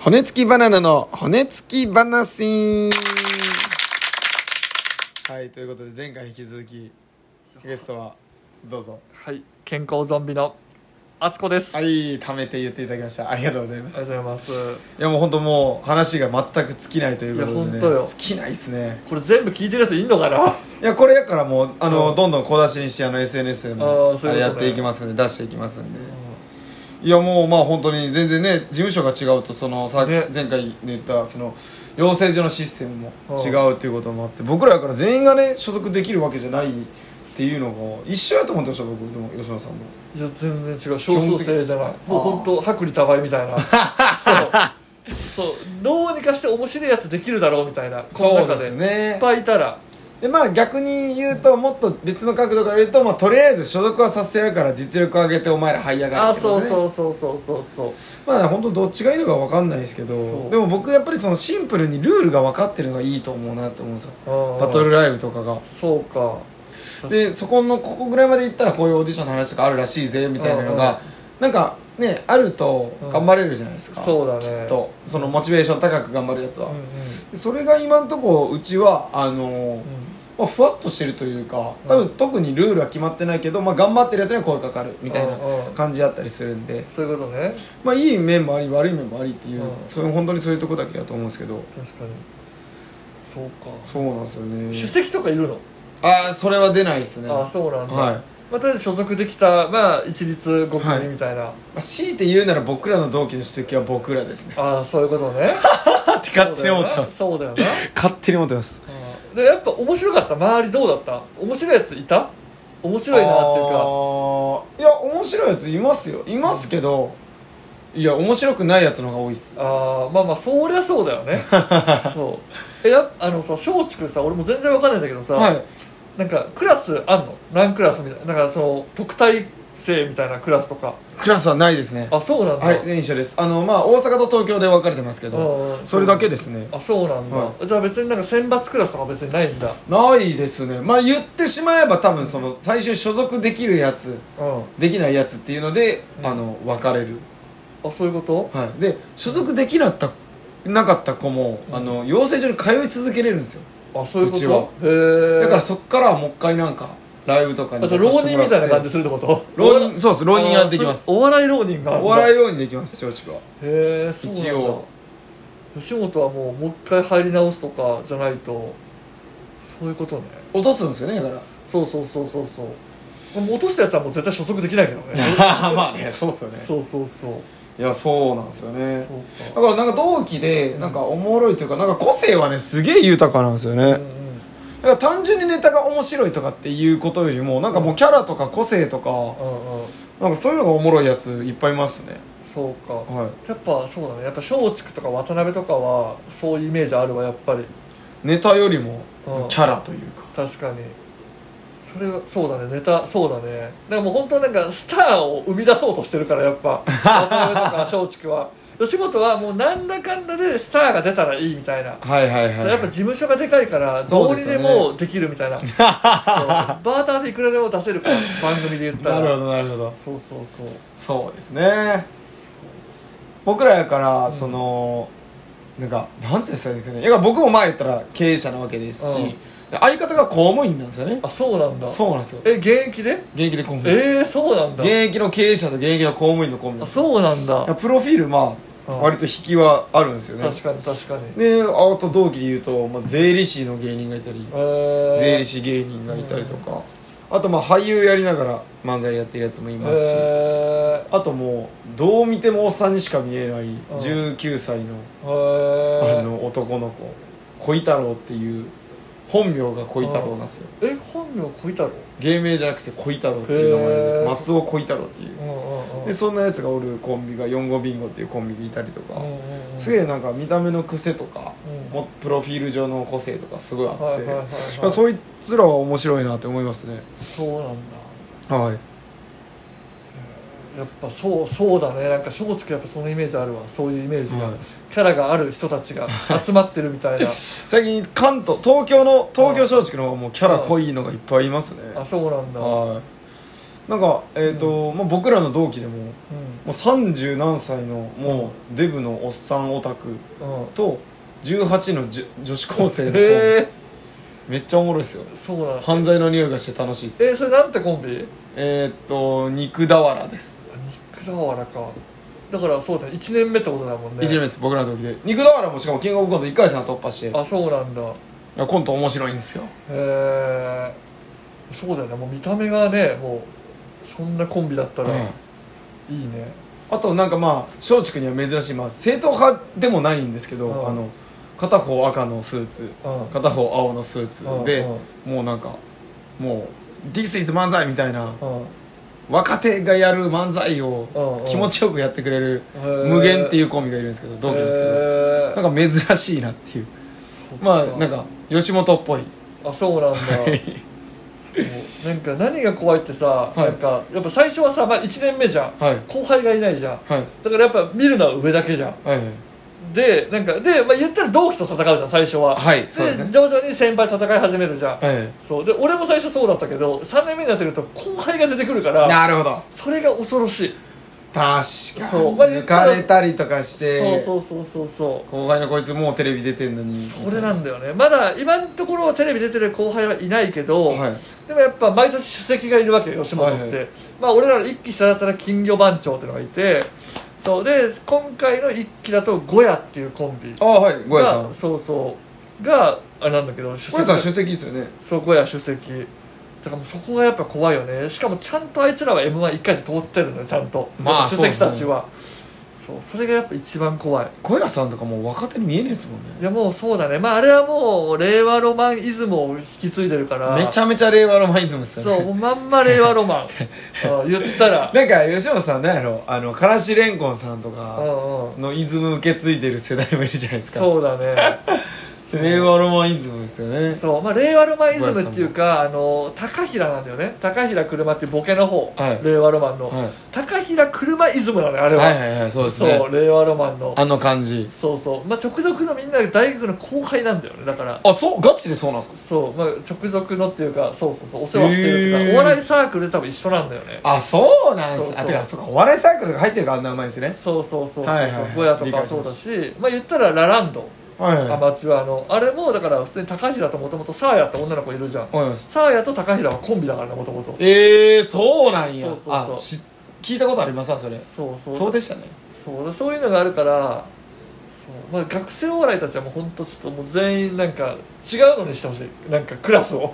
骨付きバナナの骨付き話はいということで前回に引き続きゲストはどうぞはい、健康ゾンビのあつこです。はありいためて言っていただきましたありがとうございまがとうごすざいます。いやもう本当もう話が全く尽きないということで、ね、いや本当よ尽きないですねこれ全部聞いてるやついんのかな。いやこれやからもうあの、うんどんどん小出しにしてあの SNS であもーそあういうことねれやっていきますんで出していきますんでいやもうまあ本当に全然ね事務所が違うとそのさ、ね前回で言ったその養成所のシステムもうん違うっていうこともあって僕らやから全員がね所属できるわけじゃないっていうのが一緒やと思ってました僕でも吉野さんもいや全然違う少数制じゃない。もう本当薄利多売みた いな。そうそうどうにかして面白いやつできるだろうみたいな。こそのうで中すでいねっぱいいたら。でまあ逆に言うともっと別の角度から言うと、まあ、とりあえず所属はさせてやるから実力上げてお前ら這い上があるーってことそうねそうそうそうそうそう。まあ本当どっちがいいのか分かんないですけどそうでも僕やっぱりそのシンプルにルールが分かってるのがいいと思うなって思うんですよババトル。ライブとかがそうか。でそこのここぐらいまで行ったらこういうオーディションの話とかあるらしいぜみたいなのがなんかねあるとうん頑張れるじゃないですかそうだね。とそのモチベーション高く頑張るやつはうんうん。でそれが今んとこうちはあのーまあ、ふわっとしてるというか多分特にルールは決まってないけど、まあ、頑張ってるやつには声かかるみたいなうんうん感じだったりするんでそういうことね。まあ、いい面もあり悪い面もありっていう、うんそういう本当にそういうとこだけだと思うんですけど確かに。そうか。そうなんですよね出席とかいるの。ああそれは出ないですねあーそうなんだ。はいまあ、とりあえず所属できた、まあ、一律5組みたいな、まあ強いて言うなら僕らの同期の出席は僕ら ですねああそういうことねあって 勝手に思ってますそうだよなそうだよな勝手に思ってますうんでやっぱ面白かった周りどうだった面白いやついた面白いなっていうかいや面白いやついますよいますけど、いや面白くないやつの方が多いっすああまあまあそりゃそうだよ ねそうえやあのさ松竹さ俺も全然わかんないんだけどさ、はいなんかクラスあんの何クラスみたいななんかその特待生みたいなクラスとかクラスはないですねあそうなんだ、はい全員一緒ですあのまあ大阪と東京で分かれてますけどうんうんそれだけですねあそうなんだ、はじゃあ別になんか選抜クラスとか別にないんだないですねまあ言ってしまえば多分その最終所属できるやつうんできないやつっていうので、うんあの分かれる、あそういうことはい、で所属できなったなかった子も、うんあの養成所に通い続けれるんですよあそういうこうちはとへえだからそっからはもう一回なんかライブとかにあじゃあ出さ浪せて人もらっみてたいな感じするってこと浪人そうです浪人やっていきますあそれお笑い浪人があるんおだ笑いようにできます松竹はへえそうなんだ一応吉本はもうもう一回入り直すとかじゃないとそういうことね落とすんですよねだからそうそうそうそうそうでも落としたやつはもう絶対所属できないけどね まあねそうっすよねそうそうそういやそうなんですよねそうだかからなんか同期でなんかおもろいというかなんか個性はねすげえ豊かなんですよね、うんうんだから単純にネタが面白いとかっていうことよりもなんかもうキャラとか個性とかうんうんなんかそういうのがおもろいやついっぱいいますねそうかはやっぱそうだねやっぱ松竹とか渡辺とかはそういうイメージあるわやっぱりいネタよりもうんキャラというか確かにそれはそうだねネタそうだねなんかもう本当なんかスターを生み出そうとしてるからやっぱ渡辺 とか松竹は吉本はもうなんだかんだでスターが出たらいいみたいな、はいはいはいやっぱ事務所がでかいからどそううでにすよでねもできるみたいなそうバーターでいくらでも出せるから番組で言ったらなるほどなるほどそうそうそうそうですね僕らやからその、なんかなんて言うんですかねいや僕も前言ったら経営者なわけですし、うんで相方が公務員なんですよねあそうなんだそうなんですよえ現役で現役で公務員ですえー、そうなんだ現役の経営者と現役の公務員の公務員あですそうなんだいやプロフィールまあうん割と引きはあるんですよね確かに確かにであと同期で言うと、まあ、税理士の芸人がいたりえー、税理士芸人がいたりとかあとまあ俳優やりながら漫才やってるやつもいますし、えあともうどう見てもおっさんにしか見えないん19歳のー、えー、あの男の子小太郎っていう本名が小太郎なんですよえ本名小太郎芸名じゃなくて小太郎っていう名前へでー松尾小太郎っていううんうんうんでそんなやつがおるコンビが4号ビンゴっていうコンビにいたりとか、うんうんうんすげえなんか見た目の癖とか、うんもプロフィール上の個性とかすごいあって、はいはいはいはいまあそいつらは面白いなって思いますねそうなんだはいやっぱそうそうだねなんか松竹やっぱそのイメージあるわそういうイメージが、はいキャラがある人たち が集まってるみたい な最近関東東京の東京松竹の方はもうキャラ濃いのがいっぱいいますねあそうなんだはなんかえっ、と、まあ、僕らの同期でももう30何歳のもうデブのおっさんオタクうんうんと18のじゅ女子高生のへ子えめっちゃおもろいですよそうなんだ犯罪の匂いがして楽しいっすえそれなんてコンビえーっと肉だわらです肉だわらかだからそうだね1年目ってことだもんね一年目です僕らの時で肉だわらもしかもキングオブコント1回戦は突破してあそうなんだへコント面白いんですよえそうだよねもう見た目がねもうそんなコンビだったらうんいいね、あとなんかまあ松竹には珍しいまあ正統派でもないんですけど、うんあの片方赤のスーツうん片方青のスーツうんで、うんもうなんかもう「This is 漫才」みたいなうん若手がやる漫才をうんうん気持ちよくやってくれるへー無限っていうコンビがいるんですけど同期なんですけどへーなんか珍しいなっていうまあなんか吉本っぽいあそうなんだそうなんか何が怖いってさ、いなんかやっぱ最初はさ、まあ、1年目じゃんはい後輩がいないじゃんはいだからやっぱ見るのは上だけじゃんはいでなんかで、まあ、言ったら同期と戦うじゃん最初ははいそうですね徐々に先輩と戦い始めるじゃん、はいはいそうで俺も最初そうだったけど3年目になってくると後輩が出てくるからなるほどそれが恐ろしい確かそにうまあ言抜ったかられたりとかしそうてそうそうそうそ後輩のこいつもうテレビ出てんのにうそれなんだよねまだ今のところテレビ出てる後輩はいないけど、はいでもやっぱ毎年主席がいるわけよ吉本って、はいはいまあ俺らの1期下だったら金魚番長ってのがいてそうで今回の1期だとゴヤっていうコンビあはいゴヤさんがそうそうがあれなんだけど主ゴヤさん出席ですよねそこや主席だからもうそこがやっぱ怖いよねしかもちゃんとあいつらは m 1 1回戦通ってるのよちゃんと、まあ主席たちはそう,、それがやっぱ一番怖いゴヤさんとかもう若手に見えねえですもんねいやもうそうだねまああれはもう令和ロマンイズムを引き継いでるからめちゃめちゃ令和ロマンイズムっすよねそうもうまんま令和 ロマンうん言ったらなんか吉本さんなんやろあのからしれんこんさんとうかんうんのイズム受け継いでる世代もいるじゃないですかそうだね令和ロマンイズムですよねそうまあ令和ロマンイズムっていうかあの高平なんだよね高平車っていうボケの方、はい令和ロマンの、はい高平車イズムなのよあれは、はいはいはいそうですねそう令和ロマンのあの感じそうそうまあ直属のみんな大学の後輩なんだよねだからあそうガチでそうなんですかそうまあ直属のっていうかそうそうそうお世話してるっていうへーかお笑いサークルで多分一緒なんだよねあそうなんすそうそうあてかそうかお笑いサークルとか入ってるからあんなうまいんですねそうそうそうそうはいはいはいゴヤとかそうだしまあ言ったらラランドはいはいアマチュアのあれもだから普通に高平ともともとサーヤって女の子いるじゃんはいサーヤと高平はコンビだからねもともとえー、そうなんやそうそうそうあし聞いたことありますわそれそうそうそうでしたねそうだそういうのがあるからそう、まあ、学生お笑いたちはもう本当ちょっともう全員なんか違うのにしてほしいなんかクラスを、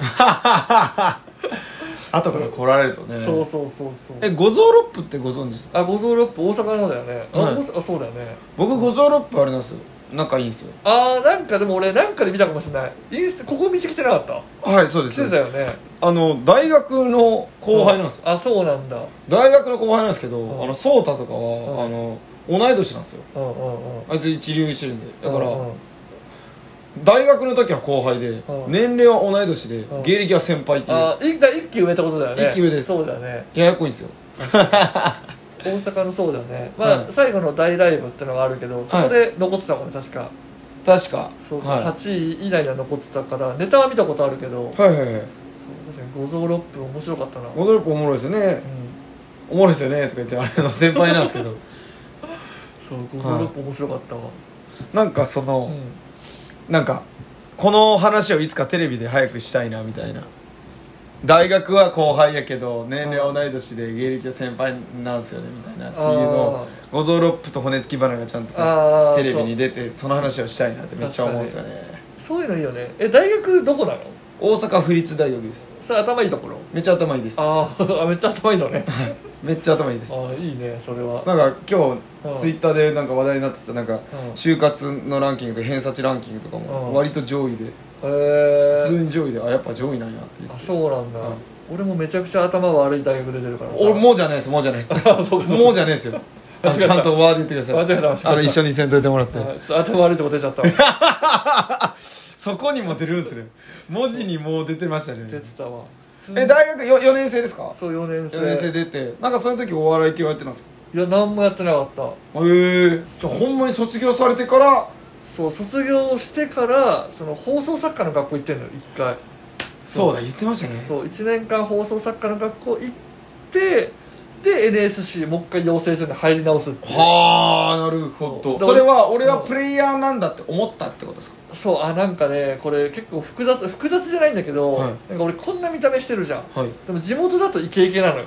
後から来られるとねそうそうそうそうえ五臓六腑ってご存知ですかあ五臓六腑大阪のだよね、あはい大阪あそうだよね僕五臓六腑あれなんですよ仲いいんですよあーなんかでも俺なんかで見たかもしれないインスタここ見てきてなかったはいそうで来すてたよねあの大学の後輩なんですよ、あそうなんだう大学の後輩なんですけど、んあの颯太とかは、あうんの同い年なんですよんうんうんあいつ一流してるんでだから、うんうん大学の時は後輩で、うん年齢は同い年で、うん芸歴は先輩っていうあ一だ一期上ってことだよね一期上ですそうだねややこいんですよ大阪のそうだよねまあ、はい最後の大ライブってのがあるけどそこで残ってたもんね確か確かそうそう、はい、 8位以内には残ってたからネタは見たことあるけど、そうはいはいはい確かに五臓六腑面白かったな、うん、驚くおもろいですよねおもろいですよねとか言ってあれの先輩なんです けどそう五臓六腑面白かったわ、なんかその、うんなんかこの話をいつかテレビで早くしたいなみたいな大学は後輩やけど年齢は同い年で芸歴は先輩なんすよねみたいなっていうのをあ五臓六腑と骨付き花がちゃんとあーテレビに出てその話をしたいなってめっちゃ思うんですよねそういうのいいよねえ大学どこなの大阪府立大学ですそれ頭いいところめっちゃ頭いいですあー あめっちゃ頭いいのねめっちゃ頭いいですああいいねそれはなんか今うん日ツイッターでなんか話題になってたなんかうん就活のランキングと偏差値ランキングとかうもん割と上位でえ普ー、通に上位であやっぱ上位なんやっていうあそうなんだ、うん俺もめちゃくちゃ頭悪い大学出てるからさおもうじゃないですもうじゃ ないですそうかもうじゃないですよあの ちゃんとワード言ってくだ間さ違えいた間違えたあの一緒にせんといてもらってあちょっと頭悪いとこ出ちゃ ったわそこにも出るんすね文字にもう出てました出ねてたわえ大学よ4年生ですかそう4年生4年生出てなんかその時お笑い系をやってたんですかいや何もやってなかったへえじゃあほんまに卒業されてからそう卒業してからその放送作家の学校行ってんのよ一回そうだ言ってましたねそう1年間放送作家の学校行っってで NSC もう一回養成所に入り直すっていうはあなるほどそうそれは俺はプレイヤーなんだって思ったってことですかそうあなんかねこれ結構複雑複雑じゃないんだけど、はいなんか俺こんな見た目してるじゃんはいでも地元だとイケイケなのよ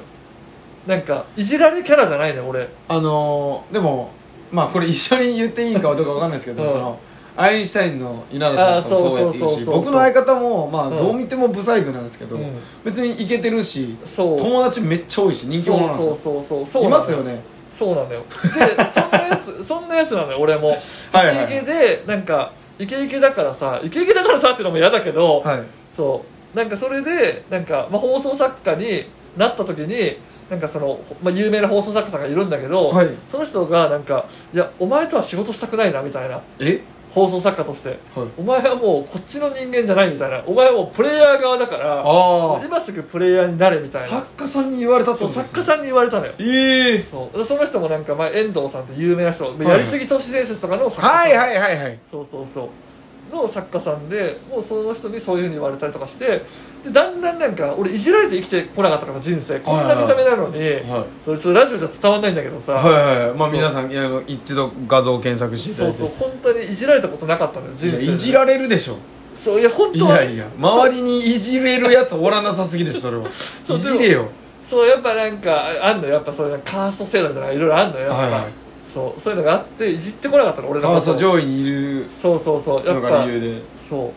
なんかいじられキャラじゃないね俺あのーでもまあこれ一緒に言っていいんかどうかわかんないですけど、うんそのアインシュタインの稲田さんとかもそうやって言うあーそしうそうそうそう僕の相方もまあうんどう見てもブサイクなんですけど、うん別にイケてるしそう友達めっちゃ多いし人気者なんですよそうそうそうそうそういなのますよねそうなのよでそんなやつ そんなやつなのよ俺もイはいはいケイケでなんかイケイケだからさイケイケだからさっていうのも嫌だけど、はいそうなんかそれでなんか、まあ、放送作家になった時になんかその、まあ、有名な放送作家さんがいるんだけど、はいその人がなんか「いやお前とは仕事したくないな」みたいなえ放送作家としてはい「お前はもうこっちの人間じゃない」みたいな「お前はもうプレイヤー側だからあ今すぐプレイヤーになれ」みたあいな作家さんに言われたってそこうとで作すね家さんに言われたのよええそうでその人もなんか前遠藤さんって有名な人、いやりすぎ都市伝説とかの作家さん、はいはいはいはいそうそうそうの作家さんでもうその人にそういうふうに言われたりとかしてでだんだんなんか俺いじられて生きてこなかったから人生こんな見た目なのに、はいそれそれラジオじゃ伝わんないんだけどさ、はいはいはいまあ皆さんいや一度画像検索していたそだういてそう本当にいじられたことなかったのよ人生いでやいじられるでしょそういや本い当はやいや周りにいじれるやつおらなさすぎでしょそれはそういじれよそうやっぱなんかあんのよやっぱそういうカースト制度みたいなのがいろいろあんのよやっぱ、はいはいそうそういうのがあっていじってこなかったの俺カのこーとスト上位にいるそうそうそうやのっぱが理由でそ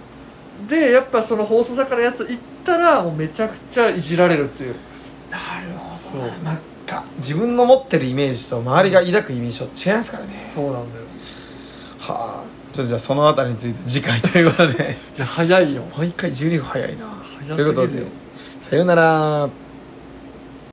うでやっぱその放送だからやつ行ったらもうめちゃくちゃいじられるっていうなるほどななんか自分の持ってるイメージと周りが抱くイメージと違いますからねそうなんだよはあちょっとじゃあそのあたりについて次回ということでいや早いよもう一回12分早いな早すぎるよということでさようなら